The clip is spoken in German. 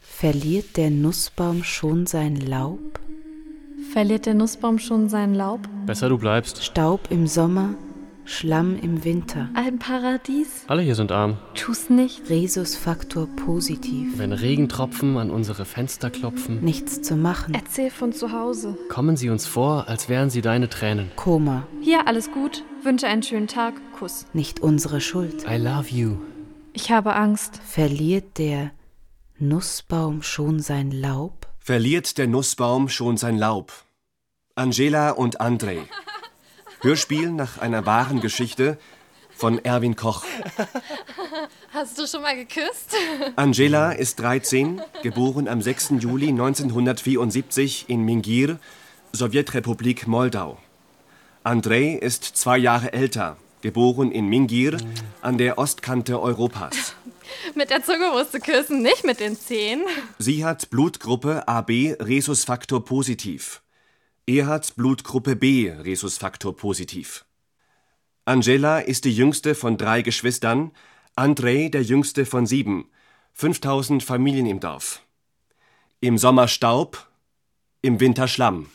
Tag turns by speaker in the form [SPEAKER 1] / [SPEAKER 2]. [SPEAKER 1] Verliert der Nussbaum schon sein Laub?
[SPEAKER 2] Verliert der Nussbaum schon seinen Laub?
[SPEAKER 3] Besser du bleibst.
[SPEAKER 1] Staub im Sommer, Schlamm im Winter.
[SPEAKER 2] Ein Paradies?
[SPEAKER 3] Alle hier sind arm.
[SPEAKER 2] Tu's nicht.
[SPEAKER 1] Rhesusfaktor positiv.
[SPEAKER 3] Wenn Regentropfen an unsere Fenster klopfen,
[SPEAKER 1] Nichts zu machen.
[SPEAKER 2] Erzähl von zu Hause.
[SPEAKER 3] kommen sie uns vor, als wären sie deine Tränen.
[SPEAKER 1] Koma,
[SPEAKER 2] Hier, alles gut. Wünsche einen schönen Tag. Kuss.
[SPEAKER 1] nicht unsere Schuld.
[SPEAKER 3] I love you.
[SPEAKER 2] Ich habe Angst.
[SPEAKER 1] Verliert der Nussbaum schon sein Laub?
[SPEAKER 4] Verliert der Nussbaum schon sein Laub? Angela und André. Hörspiel nach einer wahren Geschichte von Erwin Koch.
[SPEAKER 5] Hast du schon mal geküsst?
[SPEAKER 4] Angela ist 13, geboren am 6. Juli 1974 in Mingir, Sowjetrepublik Moldau. Andrei ist zwei Jahre älter, geboren in Mingir an der Ostkante Europas.
[SPEAKER 5] Mit der Zunge musst du küssen, nicht mit den Zehen.
[SPEAKER 4] Sie hat Blutgruppe AB Rhesusfaktor positiv. Er hat Blutgruppe B Rhesusfaktor positiv. Angela ist die jüngste von drei Geschwistern, Andrei der jüngste von sieben. 5000 Familien im Dorf. Im Sommer Staub, im Winter Schlamm.